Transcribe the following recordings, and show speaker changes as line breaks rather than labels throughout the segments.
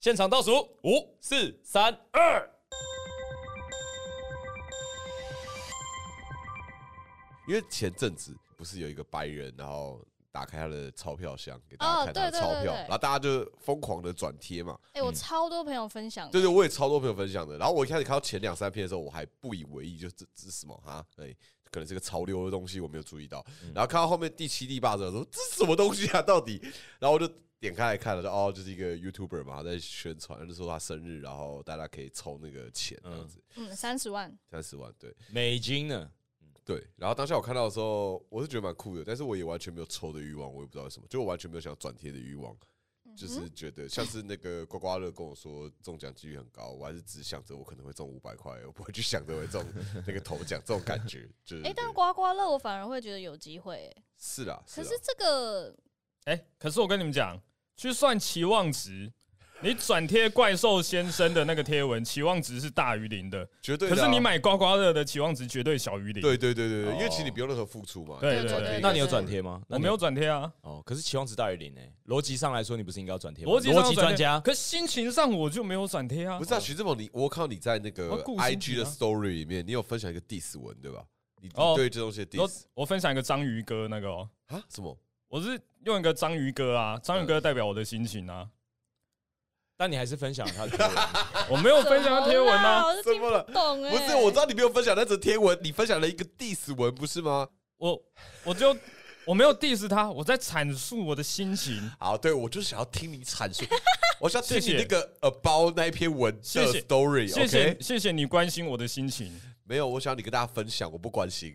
现场倒数五、四、三、二。
因为前阵子不是有一个白人，然后打开他的钞票箱给
哦
大家看他的
对对
钞
对
票，
对
然后大家就疯狂的转贴嘛。
哎、我超多朋友分享的，
对对，我也超多朋友分享的。然后我一开始看到前两三篇的时候，我还不以为意，就这这是什么哈？哎，可能是个潮流的东西，我没有注意到。
嗯
然后看到后面第七、第八则，说这是什么东西啊？到底？然后我就点开来看了，说哦，就是一个 YouTuber 嘛，他在宣传，就说他生日，然后大家可以抽那个钱这样子，
嗯，三十万，
三十万，对
美金呢？
对。然后当下我看到的时候，我是觉得蛮酷的，但是我也完全没有抽的欲望，我也不知道为什么，就我完全没有想转贴的欲望。
嗯
就是觉得像是那个刮刮乐跟我说中奖几率很高，我还是只想着我可能会中五百块，我不会去想着我会中那个头奖这种感觉。就是
哎、但刮刮乐我反而会觉得有机会、哎，
是啊啦，
可
啦
是这个
哎、可是我跟你们讲，去算期望值，你转贴怪兽先生的那个贴文，期望值是大于零的，
绝对
可
的啊。
是你买刮刮乐的期望值绝对小于零。
对对对对对，因为
哦
其实你不用任何付出嘛。
对
对对对
那你有转贴吗？那
我
你
没有转贴啊，
哦，可是期望值大于零诶。逻辑上来说，你不是应该要转贴吗？
逻辑上有转贴啊
专家，
可心情上我就没有转贴啊
啊不。是啊，徐志摩，你我看到你在那
我
个
顾心
IG
计
的
啊
Story 里面，你有分享一个 diss 文对吧？你
哦
你对这东西的
我
diss
我分享一个章鱼哥那个哦、
啊？什么？
我是用一个章鱼哥啊，章鱼哥代表我的心情 啊，
但你还是分享他的贴文
我没有分享贴文
怎么啦
啊，
我是听
怎么了
不懂哎、
不是，我知道你没有分享那则贴文，你分享了一个 diss 文不是吗？
我我就我没有 diss 他，我在阐述我的 心情。
好，对我就是想要听你阐述，我想听
谢
你
谢
那个 about 那一篇文的
谢谢
story。
谢谢
OK，
谢谢你关心我的心情，
没有，我想你跟大家分享，我不关心。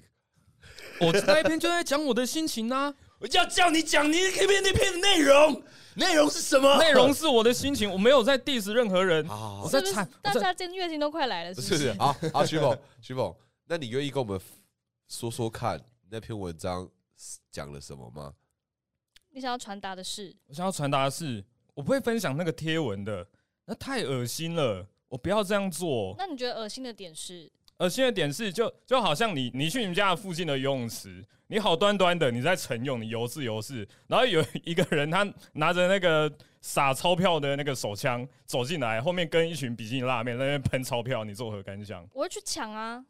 我那一篇就在讲我的心情啊 呐、
我就要叫你讲你那篇那篇的内容，内容是什么？
内容是我的心情，我没有在 diss 任何人， 我在
是不是
阐，
大
我在
家今月经都快来了，是不
是不啊是？好好，徐某， 徐某，那你愿意跟我们说说看那篇文章讲了什么吗？
你想要传达的是，
我想要传达的是，我不会分享那个贴文的，那太恶心了，我不要这样做。
那你觉得恶心的点是？
恶心的点是，就就好像你你去你们家的附近的游泳池，你好端端的你在晨泳，你游是游是，然后有一个人他拿着那个撒钞票的那个手枪走进来，后面跟一群比基尼辣妹在那边喷钞票，你作何感想？
我会去抢啊！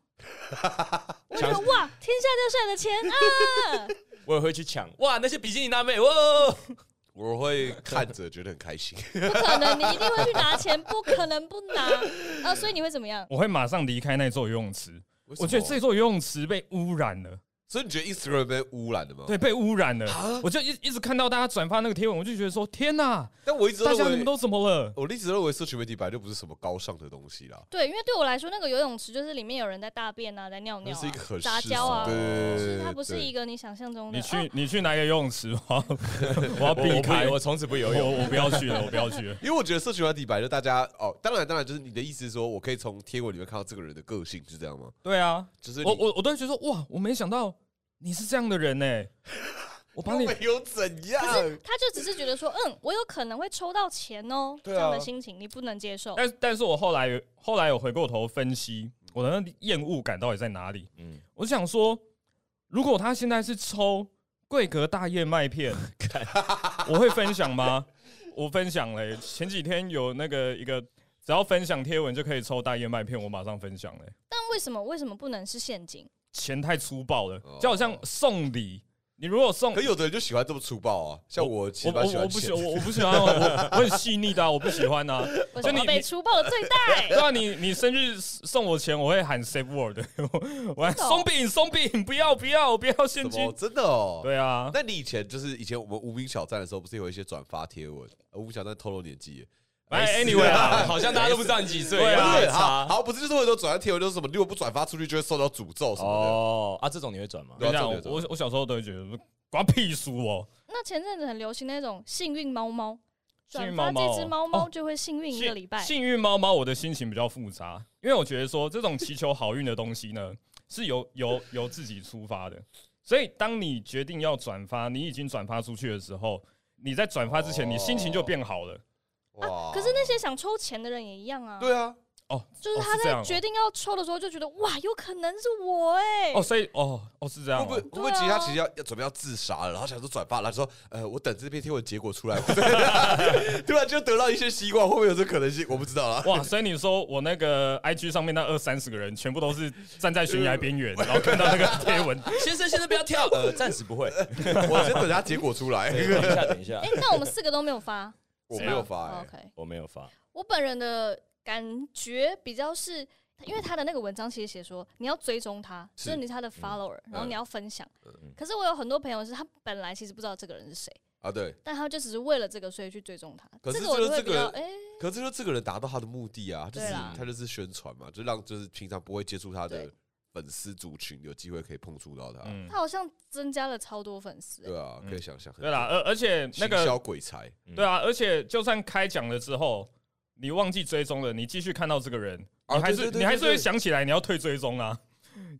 我觉
抢
得哇，天下掉下来的钱啊！
我也会去抢。哇，那些比基尼辣妹，
哦
哇！
我会看着觉得很开 心，
不可能，你一定会去拿钱，不可能不拿啊！所以你会怎么样？
我会马上离开那座游泳池。我觉得这
为什么，
座游泳池被污染了，
所以你觉得 Instagram 被污染了吗？
对，被污染了。我就一一直看到大家转发那个贴文，我就觉得说：天哪，
但我一直
大家你
认
们
为，
都怎么了？
我一直认为社群媒体本来就不是什么高尚的东西啦，
对，因为对我来说，那个游泳池就是里面有人在大便啊，在尿
那
尿、
是一个
啊、
很
杂
世
交
俗
啊，
对对对对
是它
对
不是一个你想象中的。
你
哦
去你去哪个游泳池？我要我要
我我
避开，
不，我
我
从此不 游泳。
我不要去了，我不要去了。
因为我觉得社群媒体本来就大家哦，当然当然，就是你的意思是说，我可以从贴文里面看到这个人的个性是这样吗？
对啊，
就是
我
你
我我都会觉得说：哇，我没想到你是这样的人呢、我把你
又没有怎样，
他就只是觉得说，嗯，我有可能会抽到钱哦，这
对啊
样的心情你不能接受。
但但是我后来有后来有回过头分析我的那厌恶感到底在哪里。嗯
嗯，
我想说，如果他现在是抽桂格大燕 麦片，我会分享吗？我分享嘞、前几天有那个一个。只要分享贴文就可以抽大燕麦片，我马上分享嘞、
但为什么为什么不能是陷阱？
钱太粗暴了
哦，
就好像送礼，你如果送
可有的人就喜欢这么粗暴啊，像我其
我
实蛮喜
我我
欢
不
钱
喜
的。
我我不喜欢，我我很细腻的、啊，我不喜欢啊。
为什
就
么
你
被
你
粗暴的对待？
对啊，你你生日送我钱，我会喊 save word，我 我喊
真的哦
松饼松饼，不要不要不要
什
现
么
金。
真的哦？
对啊，
那你以前就是以前我们无名小站的时候，不是有一些转发贴文？呃无名小站透露年纪耶，
哎
你
anyway 啊，
好像大家都不知道你几岁，
对啊
要
对，
查
好，好，不是就是会说转发贴文，就是什么你如果不转发出去，就会受到诅咒什么
哦啊，这种你会转吗？
对
等一下，
重点是
啊我我小时候都会觉得关屁事哦，
那前阵子很流行那种幸运猫猫，
幸
转
运猫
发
猫
这只猫猫
哦
就会幸运一个礼拜。
幸运猫猫，我的心情比较复杂，因为我觉得说这种祈求好运的东西呢， 是由由由自己出发的，所以当你决定要转发，你已经转发出去的时候，你在
哦
转发之前，你心情就变好了。
的。哇
可是那些想抽钱的人也一样啊。
对啊，
哦，
就是
哦
他
这
在
样
决定要抽的时候就觉得哇，有可能是我哎、
哦，所以哦哦是这样
会
哦，
不会会不会
对啊
其实他其实要要准备要自杀了，然后想说转发，然后说呃，我等这篇贴文结果出来， 突然就得到一些希望，会不会有这可能性？我不知道 啊。
哇，所以你说我那个 IG 上面那二三十个人，全部都是站在
呃
悬崖边缘，然后看到 那个贴文，
先生，先生不要跳，呃，暂时不会，
我先等他结果出来，
对等一下，等一下
哎、，那我们四个都没有发，
我
是
没
吗
有发、
哦
哎
欸。
OK，
我没有发，
我本人的感觉比较是，因为他的那个文章其实写说你要追踪他，
是
就是你是他的
嗯
follower，、然后你要分享。
嗯
可是我有很多朋友是他本来其实不知道这个人是谁，
啊，对。
但他就只是为了这个所以去追踪他。
可是
这个我就会比较
就是这个
哎、
可是就是这个人达到他的目的啊，就是
对啦
他就是宣传嘛，就让就是平常不会接触他的
对
粉丝族群有机会可以碰触到他，
嗯
他，好像增加了超多粉丝、
对啊，
嗯
可以想象。
对啦，，而而且那
行
个
销鬼才，
对啊，而且就算开奖了之后，你忘记追踪了，你继续看到这个人，
啊
你还
对
是
对对
你还是
对对
会想起来你要退追踪啊，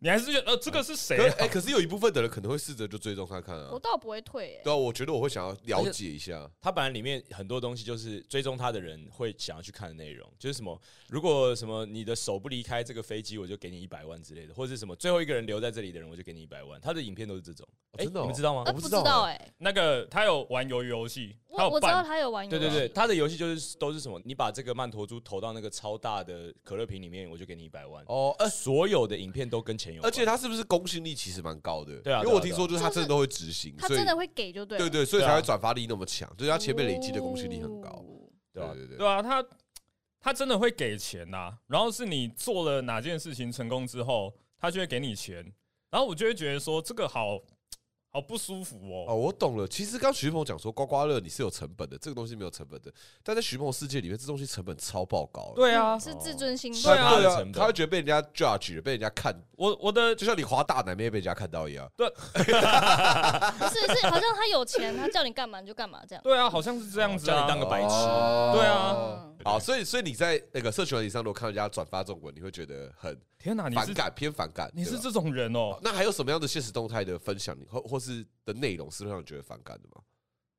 你还是觉得呃这个是谁
可
啊？
哎，可是有一部分的人可能会试着就追踪看看
我
啊。
倒不会退、哎
对啊，我觉得我会想要了解一下，
他本来里面很多东西就是追踪他的人会想要去看的内容，就是什么，如果什么你的手不离开这个飞机，我就给你一百万之类的，或者是什么最后一个人留在这里的人，我就给你一百万。他的影片都是这种，
哦
哎
真的哦
你们知道
呃
吗？
不
不
知
知
道
道
哎
哎、
那个他有玩鱿鱼游戏，他
我
有
我知道
办，
他有玩游
对对对，
戏
他的游戏就是都是什么，你把这个曼陀珠投到那个超大的可乐瓶里面，我就给你一百万。
哦，
呃，所有的影片都跟钱有
而
关，
且他是不是公信力其实蛮高的？
对啊
因为我
对啊
听说就是他
就是
真的都会执行，
他
所以
真的会给就对了，
对对，所以
对啊
才会转发力那么强，就是他前面累积的公信力很高。
哦
对吧？
对对
对啊，他他真的会给钱呐、然后是你做了哪件事情成功之后，他就会给你钱，然后我就会觉得说这个好好不舒服哦。
哦，我懂了。其实刚徐鹏讲说刮刮乐你是有成本的，这个东西没有成本的，但在徐鹏世界里面，这东西成本超爆高。
对啊，
是自尊心
是
对
对
啊，
啊
对
他的
啊
成本
他会觉得被人家 judge，被人家看，
我我的
就像你滑大奶妹被人家看到一样。
不是是好像他有钱，他叫你干嘛你就干嘛这样。
对啊，好像是这样子
叫
啊。
你当个白痴
哦
对啊
嗯，
好，所以所以你在那个社群软体上，如果看人家转发这种文，你会觉得很
天哪、你
反
是
感，偏反感。
你
对
是
吧
这种人哦、
那还有什么样的现实动态的分享，你或或是的内容是会让你觉得反感的吗？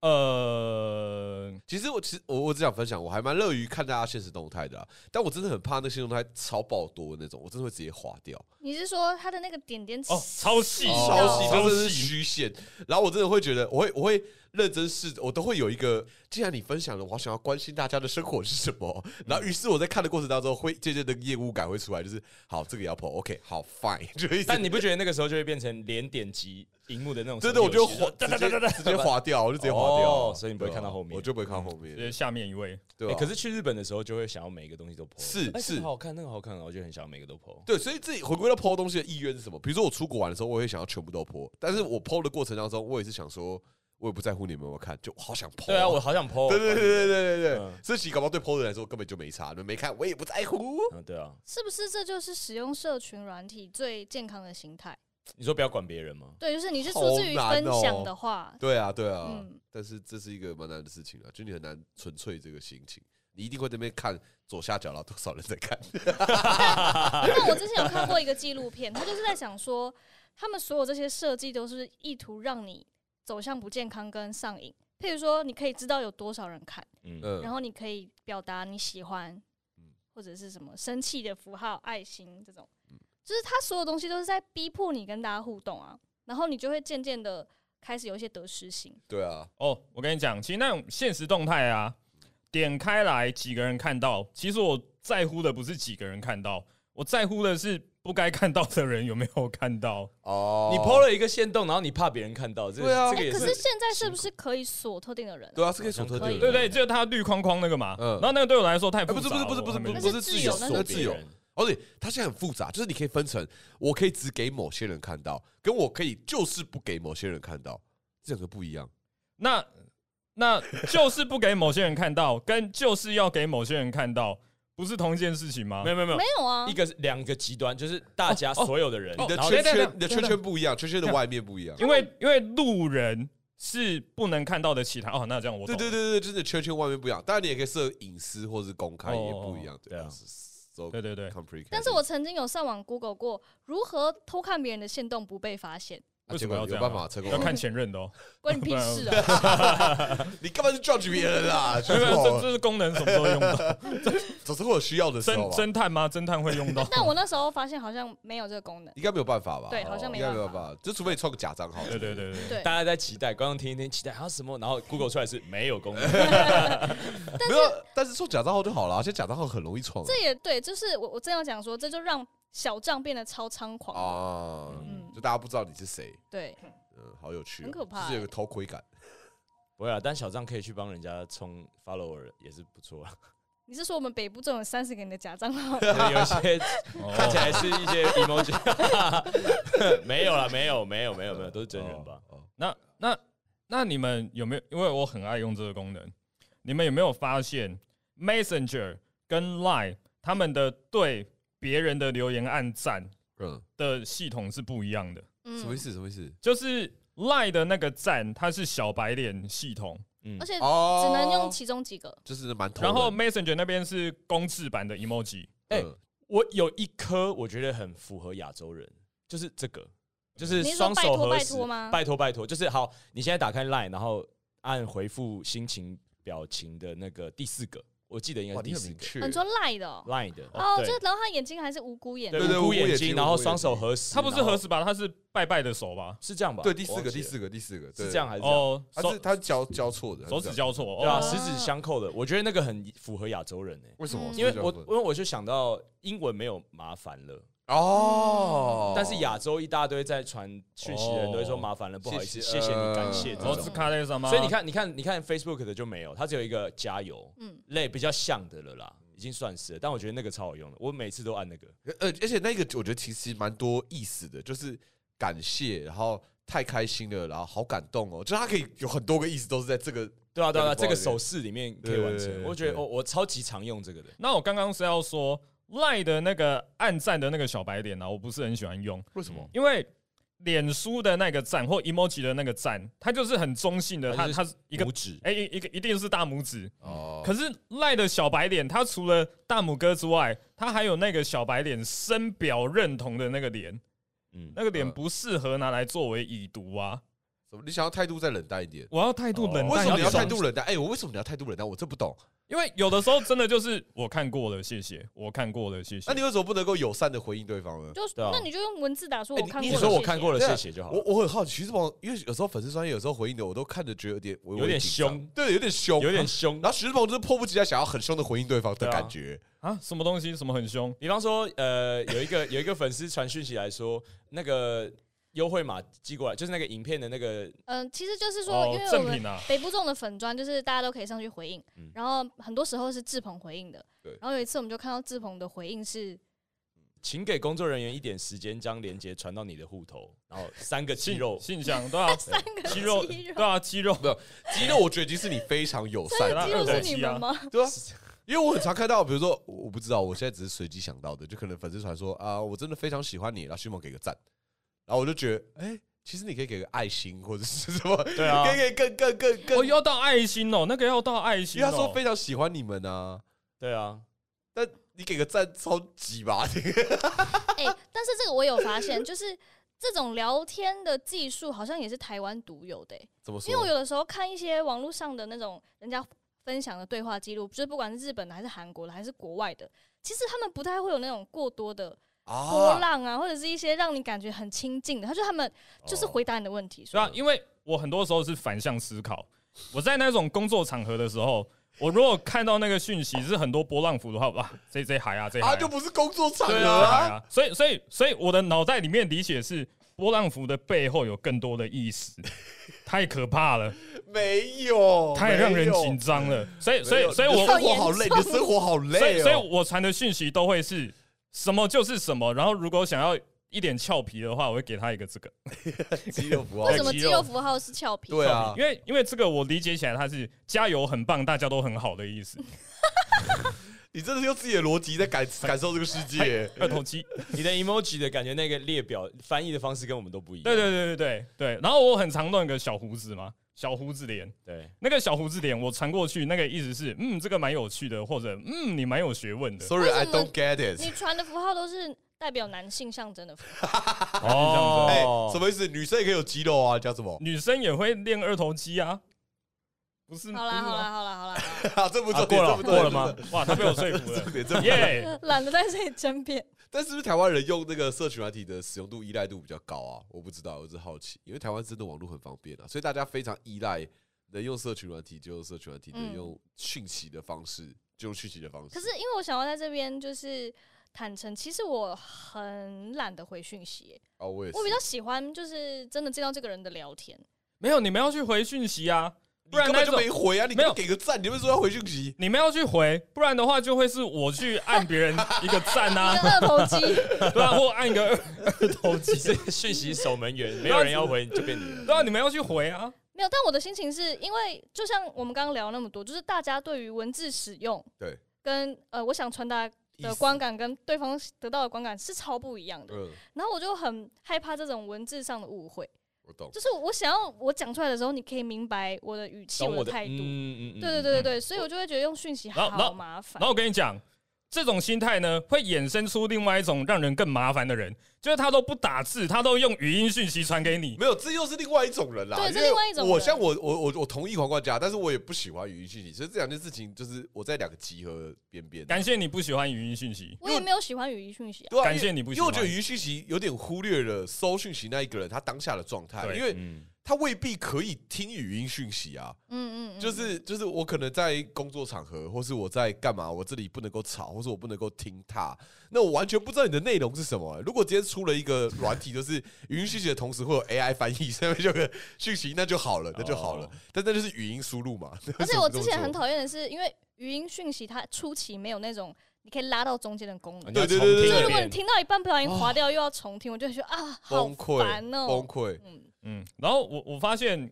呃，
其实我其实我我只想分享，我还蛮乐于看大家现实动态的、啊，但我真的很怕那些动态超爆多的那种，我真的会直接划掉，
你是说他的那个点点
哦，超细，
哦
超细，真的
超
是
细，
虚线。然后我真的会觉得，我会我会认真试，我都会有一个，既然你分享了，我好想要关心大家的生活是什么。然后于是我在看的过程当中，会渐渐的厌恶感会出来，就是好这个也要 po OK，好 fine，就 一直
但你不觉得那个时候就会变成连点击荧幕的那种手
真
机
的
游
我
戏？
就划直
哒哒哒哒
接
哒
直接划掉，我就直接划
哦
掉，
所以你不会
对啊
看到后面
我就不会看到后面嗯
就是，呃下面一位，
对啊
欸
吧？
可是去日本的时候就会想要每一个东西都 PO，
是
哎
是
这个好看，那个好看，我就很想要每个都 PO。
对，所以自己回归到剖东西的意愿是什么？比如说我出国玩的时候，我也想要全部都剖，但是我剖的过程当中，我也是想说，我也不在乎你们有没有看，就好想剖、
对啊，我好想 PO。
对对对对对对对，
嗯
所以其实搞不好对剖的人来说根本就没差，你们没看我也不在乎。
嗯，对啊，
是不是这就是使用社群软体最健康的心态？
你说不要管别人吗？
对，就是你是出自于分享的话，
对啊，对啊，
嗯
但是这是一个蛮难的事情啊，就你很难纯粹这个心情，你一定会在那边看左下角了多少人在看，
但我之前有看过一个纪录片，他就是在想说，他们所有这些设计都是意图让你走向不健康跟上瘾。譬如说，你可以知道有多少人看，
嗯，
嗯，
然后你可以表达你喜欢
嗯，
或者是什么生气的符号、爱心这种，
嗯
就是他所有东西都是在逼迫你跟大家互动啊，然后你就会渐渐的开始有一些得失心。
对啊，
哦，我跟你讲，其实那种现实动态啊，点开来几个人看到，其实我在乎的不是几个人看到，我在乎的是不该看到的人有没有看到。
嗯
哦，
你 PO 了一个限动，然后你怕别人看到，这个
对啊
这个也
哎可
是
是现在是不是可以锁特定的人啊、
对啊，是可以锁特定
可
的
以
人，
对不对？就是他绿框框那个嘛，
嗯
然后那个对我来说太
哎，
复
不是
杂
不是不
了
是不是不是不
我还没
那
是
是
自
自
由，
由那是
那
别
自由
人。
而且它现在很复杂，就是你可以分成，我可以只给某些人看到，跟我可以就是不给某些人看到，这两个不一样。
那那就是不给某些人看到，跟就是要给某些人看到，不是同一件事情吗
没？有没有没有
没，有啊，
一个是两个极端，就是大
哦
家所有的人，
你的
然后
圈
等
圈
等，
你的圈
等
圈不一样，圈圈的外面不一样。
因为因为路人是不能看到的其他哦，那这样我
对
懂
对对对，就是你的圈圈外面不一样。当然你也可以设隐私或是公开，
哦
也不一样。对
对
哦啊
啊
，so
对对对
complicated。
但是我曾经有上网 Google 过如何偷看别人的线动不被发现，
啊
为
结
什
果
么要
有
这样
办
啊？
法成功
要？看前任的哦。
关你屁事啊！？
你干嘛去 judge 别人啊啦？
这这
总
这是功能什么时候用 到？
是会有需要的时
侦
候吧，
侦探吗？侦探会用到
但我那时候发现好像没有这个功 能，
应该没有办法吧？
对好像没
应该
办
没
法
有办法，就除非你创个假账号。
对对对对，
对
大。家在期待，观众听一听期待，还有什么？然后 Google 出来是没有功能，
没有，但是做假账号就好了，而且假账号很容易创啊
这也对，就是我我正要讲说，这就让小账变得超猖狂。
哦
啊，
嗯
就大家不知道你是谁，
对，
嗯，好有趣哦，
很可怕
就是有个
欸
偷窥感。
不会啊，但小账可以去帮人家冲 follower 也是不错啊。？
你是说我们北部这种三十个人的假账号
有一些看起
来
来是一些 emoji，没有啦，没有，没有，没有，没有，都是真人吧？
哦？哦
那那那你们有没有？因为我很爱用这个功能，你们有没有发现 Messenger 跟 Line 他们的对别人的留言按赞
嗯，
的系统是不一样的？
什
嗯
么意？思？什么意思？
就是 Line 的那个赞，它是小白脸系统，
嗯
而，且
哦
只能用其中几个。
就是蛮头嗯
然
人。
后 Messenger 那边是公制版的 emoji。
哎
嗯
我有一颗我觉得很符合亚洲人，就是这个，就是
你是
双
说拜
手
托
合
拜
十，
托吗？
拜托拜托，就是好，你现在打开 Line，然后按回复心情表情的那个第四个，我记得应该
哇，
是
你
第
很
四
明
个
确
啊。你说赖的哦，
Line 的
哦
对
就然后他眼睛还是无辜眼，
对对
对无
无
辜
辜
眼
眼
睛，
睛
然
无
后
辜眼
双手
睛
合十，
它不是
然后
合十吧？它是拜拜的手吧？
是这样吧？
对，第四
我
个，
忘记
第
了
四个，第四个
是这样，还是这样？
哦，
他
手
是他交交错的，它
手
是
指
这样
交错，
对啊，
哦，
十指相扣的，我觉得那个很符合亚洲人诶、
为什么
嗯？
因为我
手指交
因为我就想到英文没有麻烦了，
错
嗯
哦，
但是亚洲一大堆在传讯息的人都会说麻烦了，不好意思，谢
谢谢
谢你，
呃
感谢这
手
种
指。卡在什啊么？
所以你，看，你看，你看 Facebook 的就没有，它只有一个加油
嗯，
类比较像的了啦，已经算是了。但我觉得那个超好用的，我每次都按那个。
呃，而且那个我觉得其实蛮多意思的，就是感谢，然后太开心了，然后好感动哦，就是它可以有很多个意思，都是在这个
对啊，对啊，
对
这个手势里面可以完
对对
成。
对
我觉得
对
我我超级常用这个的。
那我刚刚是要说赖的那个暗赞的那个小白脸啊，我不是很喜欢用，
为什么？
因为脸书的那个赞或 emoji 的那个赞，它就是很中性的，
它
它
就是
它是一个
拇指，
哎、一一个一定是大拇指。
哦，
可是赖的小白脸，它除了大拇哥之外，它还有那个小白脸深表认同的那个脸，
嗯，
那个脸
嗯
不适合拿来作为已读啊！
什么？你想要态度再冷淡一点？
我要态度冷淡一点，
为什么你要
你
态度冷淡？哎，我为什么你要态度冷淡？我这不懂。
因为有的时候真的就是我看过了，谢谢，我看过了，谢谢。
那你为什么不能够友善的回应对方呢？
就
对啊
那你就用文字打说
哎
我
你
看过
你
你
了，
说我
谢谢
看过了，
对
谢
啊
谢就好了
我。我很好奇，其实网因为有时候粉丝专业，有时候回应的我都看着觉得有点微微
有点
紧张
凶
对，有点凶，
有点凶
然。后徐志鹏就是迫不及待想要很凶的回应对方
对
的
啊
感觉，
啊，什么东西，什么很凶？
比方说，呃，有一个有一个粉丝传讯息来说，那个优惠码寄过来，就是那个影片的那个，
嗯，其实就是说，
哦
因为，我
正
们
品啊，
北部众的粉砖就是大家都可以上去回应，
嗯
然后很多时候是志鹏回应的
对。
然后有一次我们就看到志鹏的回应是，
请给工作人员一点时间将链接传到你的户头，然后三个肌
信
肉，
信箱 对啊，
三个
肌肉
肌肉
对啊，肌肉
肌肉我觉得已经是你非常友善
对
的
啊
肌肉是你们吗？
对啊，因为我很常看到，比如说我我不知道，我现在只是随机想到的，就可能粉丝传说啊，我真的非常喜欢你，然后徐某给个赞，然后我就觉得，哎、其实你可以给个爱心或者是什么，
对啊
可以给更更更更，
哦，要到爱心哦，那个要到爱
因
心
为
哦。
他说非常喜欢你们啊，
对啊，
但你给个赞超级吧， 这个
哎、但是这个我有发现，就是这种聊天的技术好像也是台湾独有的欸、
怎么
因为我有的时候看一些网络上的那种人家分享的对话记录，就是不管是日本的还是韩国的还是国外的，其实他们不太会有那种过多的波
啊，
浪啊，或者是一些让你感觉很亲近的，他就他们就是回答你的问题，
对
说
啊，因为我很多时候是反向思考。我在那种工作场合的时候，我如果看到那个讯息是很多波浪符的话，哇，这这海啊，这海
啊，就不是工作场合
对
啊，
啊，所以所以所以我的脑袋里面理解是波浪符的背后有更多的意 思，太可怕了，
没有，
太让
没
人
有
紧，张了。所以所
哦没
以
有
所以
你
我
的生活好累，你的生活好累、哦
所以，所以我传的讯息都会是什么就是什么。然后，如果想要一点俏皮的话，我会给他一个这个，
哦肌肉不好
为，什么
肌
肌
肉
肉符号是俏皮？
对 啊，
因为因为这个我理解起来它是加油很棒，大家都很好的 意思。
你真的是用自己的逻辑在感感受这个世 界。
二头肌，
你的 emoji 的感觉，那个列表翻译的方式跟我们都不一样。
对对对对对对。然后我很常弄一个小胡子嘛，小胡子脸。
对
那个小胡子脸我传过去，那个意思是嗯，这个蛮有趣的，或者嗯，你蛮有学问的。
Sorry, I
为什么
don't get
你
it。
传的符号都是代表男性象征的 服，
哦
哎、什么意思？女生也可以有肌肉啊？叫什么？
女生也会练二头肌啊，不是？
好啦
不是
好
吗
啦，好啦好啦，好啦
啊，这不
啊过
重点，
了
这不重点
过了 吗？？
哇，他被我说服
这不 重，点，这
了
不重点。
耶！
懒得在这里争辩。
但是不是台湾人用这个社群软体的使用度依赖度比较高啊？我不知道，我只是好奇，因为台湾真的网络很方便啊，所以大家非常依赖能用社群软体就用社群软体，
嗯
能用讯息的方式就用讯息的方式。
可是因为我想要在这边就是坦诚，其实我很懒得回讯息耶、
啊，我也是
我比较喜欢就是真的见到这个人的聊天。
没有，你们要去回讯息啊，不然
你根本
那
就
种
没回啊，你没
没有
有给个赞，你为什么要回讯息？
你们要去回，不然的话就会是我去按别人一个赞
一
啊，
个二头肌，
对啊，或按一个二头肌，
是讯息守门员，没有人要回就变你了。
对啊，你们要去回啊。
没有，但我的心情是因为，就像我们刚刚聊那么多，就是大家对于文字使用，
对，
跟呃，我想传达
意
的
思
观感跟对方得到的观感是超不一样的。
嗯，
然后我就很害怕这种文字上的误会，
我懂。
就是我想要我讲出来的时候，你可以明白我的语气、
懂
我
我的
的态度。
嗯嗯嗯
对对对对对，所以我就会觉得用讯息
然后然
好
后
麻烦
然。后我跟你讲，这种心态呢，会衍生出另外一种让人更麻烦的人，就是他都不打字，他都用语音讯息传给你。
没有，这又是另外一种人啦。
对
因
这
为
另外一种
我
人
像我我我我同意黄冠家，但是我也不喜欢语音讯息，所以这两件事情就是我在两个集合边边。
感谢你不喜欢语音讯息，
我也没有喜欢语音讯息啊，
对啊，
感
因为
谢你不喜
因为我觉得
欢
语音讯息有点忽略了搜讯息那一个人他当下的状态，
对
因为
嗯，
他未必可以听语音讯息啊。
嗯嗯嗯，
就是就是我可能在工作场合，或是我在干嘛，我这里不能够吵，或是我不能够听他，那我完全不知道你的内容是什么、如果今天出了一个软体，就是语音讯息的同时会有 AI 翻译，上面就有个讯息，那就好了，那就好了。
哦
但那就是语音输入嘛。
而且我之前很
讨
讨厌的是，因为语音讯息它初期没有那种你可以拉到中间的功能，
啊嗯你要
对对
重
对对
听
就
一
是如果你
遍。
听到一半不小心划掉又要重听，我就会觉得啊，好
崩溃，
烦
崩
哦。
溃，
嗯，
嗯，然后我我发现，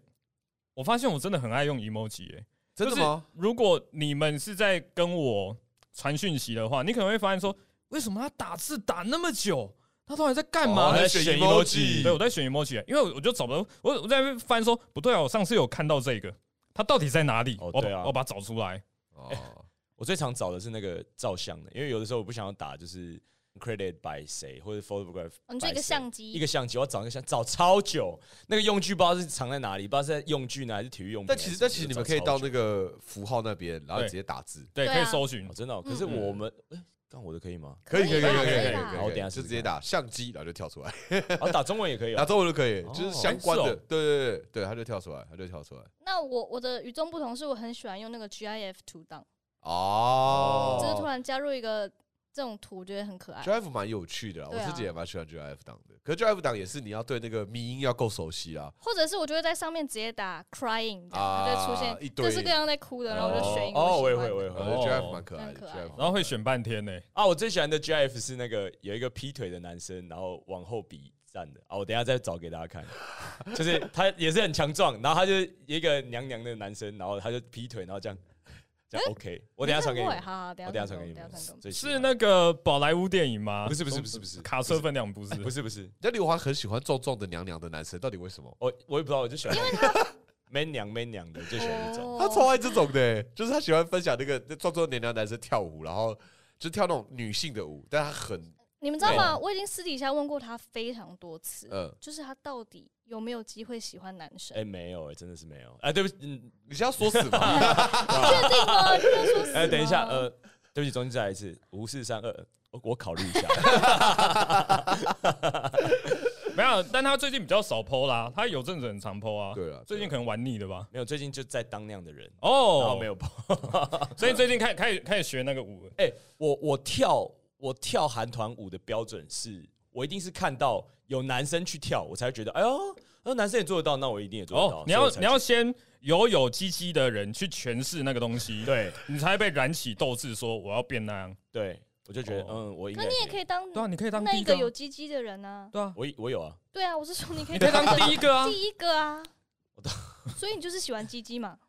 我发现我真的很爱用 emoji 耶、
真的吗？？
如果你们是在跟我传讯息的话，你可能会发现说，为什么他打字打那么久？他到底在干嘛？
哦
我
在
在
选
选
emoji
emoji，
对，我在选 emoji，耶因为我就找不到，我我在那边翻说不对啊，我上次有看到这个，它到底在哪里？
哦
我
对
把
啊
我把它找出来。
哦，
我最常找的是那个照相的，因为有的时候我不想要打就是 credit by 谁或者 photograph，
哦你就一
by 谁
个相
一
机，
个相机，我要找一个相找超久，那个用具不知道是藏在哪里，不知道是在用具呢还是体育用品
但
还
其
是什么。
实但其实你们可以
找超
到
久
那个符号那边，然后
对
直接打字。
对，
对
可以
啊
搜寻
哦，。真的哦、可是
嗯
我们哎，干、我的可以 吗？
可以可以可以可以
可
可以可以
啦
可以，
好我等一下试
就
试
直接打相机，然后就跳出来。
然后打中文也可以、
打
啊。
中文就可以，
哦
就是相关的，
是哦
对对对对，他就跳出来，他就跳出来。
那我我的与众不同是我很喜欢用那个 GIF 图档，
哦，
就是突然加入一个这种图，觉得很可爱。
GIF 蛮有趣的啦，
对啊
我自己也蛮喜欢 GIF 档的。可是 GIF 档也是你要对那个迷音要够熟悉啊啦。
或者是我就会在上面直接打 crying，这样
啊
它就会出现
一堆
各式各样在哭的，然后我就选一个
哦，
喜
我也
欢
会，
的
我也
我
会。
觉得
哦
GIF 呃蛮可爱
很
的
可
，GIF
爱
蛮可爱的，
然后会选半天呢、
啊，我最喜欢的 GIF 是那个有一个劈腿的男生，然后往后比站的啊，我等一下再找给大家看。 就是他也是很强壮，然后他就是一个娘娘的男生，然后他就劈腿，然后这样这样 OK，我等一下传给你
没看
们
过欸，好好，等
我
一
等一
下
下传给你
等
们
一下传。给
最喜欢
是那个宝莱坞电影吗？
不是不是不是不是
卡车分两不是
不是不是，
那刘华很喜欢壮壮的娘娘的男生，到底为什么？
我我也不知道，我就喜欢因为他 man 娘 man 娘的，最喜欢这种。
哦
他超爱这种的欸，就是他喜欢分享那个那壮壮的娘娘男生跳舞，然后就跳那种女性的舞，但他很
你们知道吗？
对
我已经私底下问过他非常多次，
呃，
就是他到底有没有机会喜欢男生
哎、？没有哎、真的是没有。哎、对不起，嗯，
你是要说死吗？
确定吗？你要说死吗
哎、等一下，呃，对不起，重新再来一次，五四三二，我我考虑一下。
没有，但他最近比较少 PO 啦，他有阵子很常 PO 啊。
对啊，
最近可能玩腻了吧？
没有，最近就在当那样的人，然
哦
啊后，没，有跑。
所以最近开开始开始学那个舞了。
哎、我我跳我跳韩团舞的标准是，我一定是看到有男生去跳，我才会觉得，哎呦，那男生也做得到，那我一定也做得到。
哦，你要
所以我才
你要先有有鸡鸡的人去诠释那个东西，
对
你才会被燃起斗志，说我要变那样。
对，我就觉得，
哦
嗯，我应
可
该
你也可
以，
以当
对啊，你可以当
那
第
一
一个
个
啊，
有鸡鸡的人啊。
对啊，
我我有啊，
对啊，我是说你可以
你可以 当
那
第一个啊。
第一个啊
我当。
所以你就是喜欢鸡鸡嘛？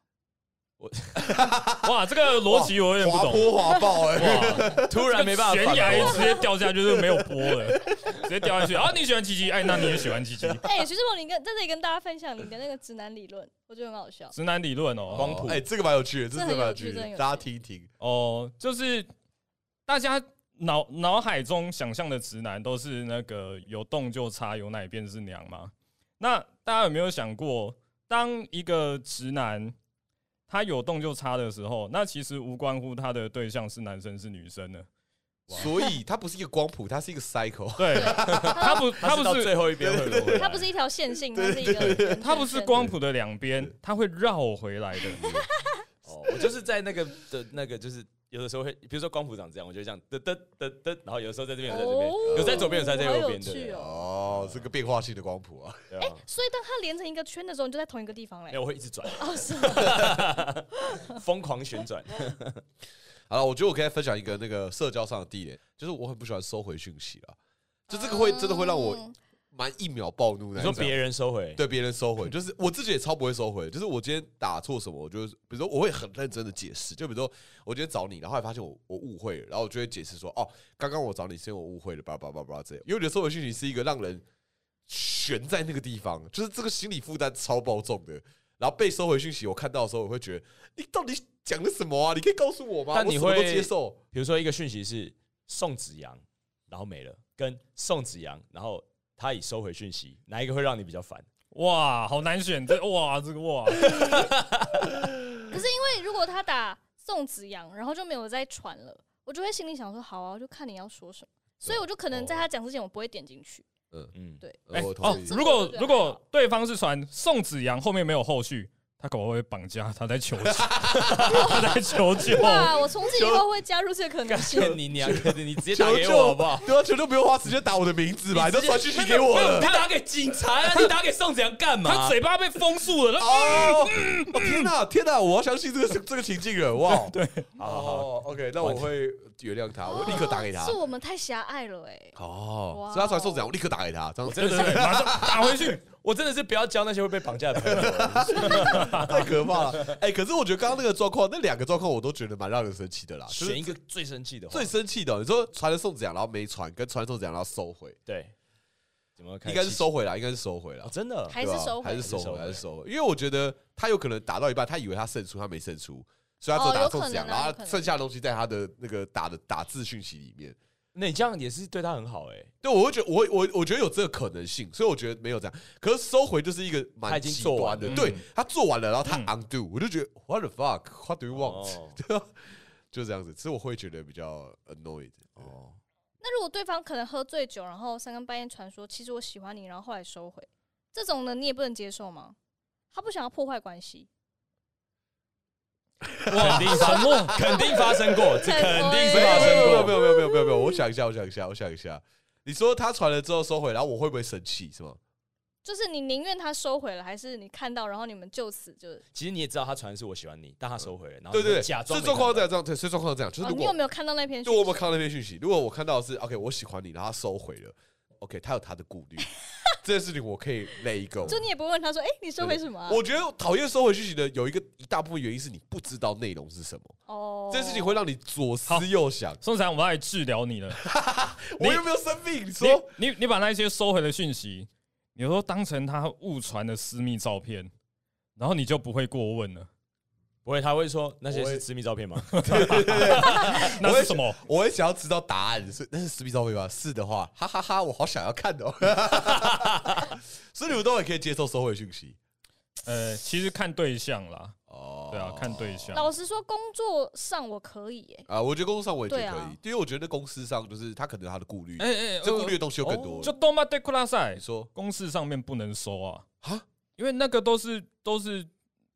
哇，这个逻辑我有点不
滑
懂。
坡滑爆哎，
哇，突然没办法
悬
反
崖
驳，
直接掉下去就是没有波了， 直接掉下去。啊，你喜欢鸡鸡，哎，那你也喜欢鸡鸡。
哎、徐志摩，你跟在这里跟大家分享你的那个直男理论，我觉得很 好笑。
直男理论哦，
光谱
哎，这个蛮有趣的，这
这
真
很
的蛮
有
有
趣
趣
这很
的，
有趣
大家听一听。
哦哦，就是大家脑脑海中想象的直男都是那个有洞就插，有奶便是娘嘛。那大家有没有想过，当一个直男他有洞就插的时候，那其实无关乎他的对象是男生是女生呢？
所以它不是一个光谱，它是一个 cycle。
对，他 不，他
到
不
最
是，
后一边会轮回来，
它不是一条线 性，它是一个，
他不是光谱的两边，他会绕回来的。
哦，我就是在那个的那个，就是有的时候会，比如说光谱长这样，我就这样噔噔噔噔，然后有的时候在这边，有在这边，
哦
有在左边，有在这边
好
右
有
边的，
趣
对啊
哦
哦，是个变化性的光谱啊！
对啊，
所以当它连成一个圈的时候，你就在同一个地方
没
嘞。
有，我会一直转，
哦，是吗，
疯狂旋 转，
好了，我觉得我可以分享一个那个社交上的地雷，就是我很不喜欢收回讯息了，就这个会真的会让我
嗯
蛮一秒暴怒
你
那
说
种。
别人收回，
对别人收回，就是我自己也超不会收回。就是我今天打错什么，我就是比如说我会很认真的解释，就比如说我今天找你，然后后来发现我我误会了，然后我就会解释说，哦，刚刚我找你是因为我误会了，叭叭叭叭这样。因为我觉得收回讯息是一个让人悬在那个地方，就是这个心理负担超爆重的。然后被收回讯息，我看到的时候，我会觉得你到底讲了什么啊？你可以告诉我吗？
但你
我什么
会
都接受。
比如说一个讯息是宋子阳，然后没了，跟宋子阳，然后他已收回讯息，哪一个会让你比较烦？
哇，好难选，这哇这 个哇，
可是因为如果他打宋子阳，然后就没有再传了，我就会心里想说，好啊，我就看你要说什么。所以我就可
哦
能在他讲之前，我不会点进去。
嗯，
对
呃
哎
我
哦
同意，
这
如果如果对方是传宋子阳，后面没有后续，他搞不好会绑架，他在求救， 他在求 救。
哇，啊我从此以后会加入这个可能性。
干你娘！你直接打
求
给
救
我好不好？
对啊，求救不用花时间打我的名字吧？你都传讯息给我了
你。打给警察啊呀！你打给宋子阳干嘛？
他嘴巴被封住 了，他
哦，哦天哪，天哪！我要相信这个这个情境了， 哇！对，
好好
哦，OK，那我会原谅他，我立刻打给他
哦是。我们太狭隘了哎、
哦，
哇
所以他传送讲，我立刻打给他，这样
真的
对对
是
对，马上打回去。
我真的是不要交那些会被绑架的 朋友。
太可怕了。哎，可是我觉得刚刚那个状况，那两个状况我都觉得蛮让人生气的啦。就是
选一个最生气的话，
最生气的，你说传了宋子阳，然后没传，跟传了宋子阳，然后收回，
对，怎么开
应
始
该是收啊回啦，应该是收回啦
哦，。真的
还是
对吧
收
还
回
是。
还
收
是收回
回，还是收回。因为我觉得他有可能打到一半，他以为他胜出，他没胜出，所以他只有
哦
打
有
宋
可
子阳，
能啊
然后
有
他
可能
剩下的东西在他的那个打的打字讯息里面。
那你这样也是对他很好哎、
对，我会觉得我我我觉得有这个可能性，所以我觉得没有这样。可是收回就是一个
他已
蛮
经
极
做完
端的，
了
对
嗯
他做完了，然后他
嗯
undo，、我就觉得 what the fuck，what do you want？、
哦
对啊，就这样子，所以我会觉得比较 annoyed。
哦，
那如果对方可能喝醉酒，然后三更半夜传说其实我喜欢你，然后后来收回，这种呢你也不能接受吗？他不想要破坏关系，
肯定沉默，肯定发生过，这 肯定是发
没
生
有
过。
没有没有没有没有没有没有，我想一下，我想一下，我想一下。你说他传了之后收回，然后我会不会生气？是吗？
就是你宁愿他收回了，还是你看到然后你们就此就……
其实你也知道他传的是我喜欢你，但他收回了，然后
对对
你
对，
啊假装
所以
没
状况是
看到
这样，这样对，所以状况是这样，就是
哦
如
你
果、
有没有看到那篇讯息？
就我有没有看到那篇讯息？如果我看到的是 OK，我喜欢你，然后他收回了，OK，他有他的 顾虑，这件事情我可以 let it go。
就你也不问他说，哎、你收回什么、啊？
我觉得讨厌收回讯息的有一个一大部分原因是你不知道内容是什么，
哦，
这件事情会让你左思右想。
宋子阳，我们来治疗你了。你
我又没有生病，你说
你你你把那些收回的讯息，你都当成他误传的私密照片，然后你就不会过问了。
不会，他会说那些是私密照片吗？
那是什么？
我也想要知道答案，是那是私密照片吗？是的话，哈哈哈我好想要看 哦。所以你们都很可以接受收回讯息
呃，其实看对象啦，
哦。
对啊，看对象。
老实说，工作上我可以耶、
啊，我觉得公司上我也觉得
对
可
啊
以，因为我觉得公司上就是他可能有他的顾虑，
哎哎，
这顾
呃
虑的东西有更多。
就动漫对库拉赛
你，说
公式上面不能收啊，
啊，
因为那个都是都是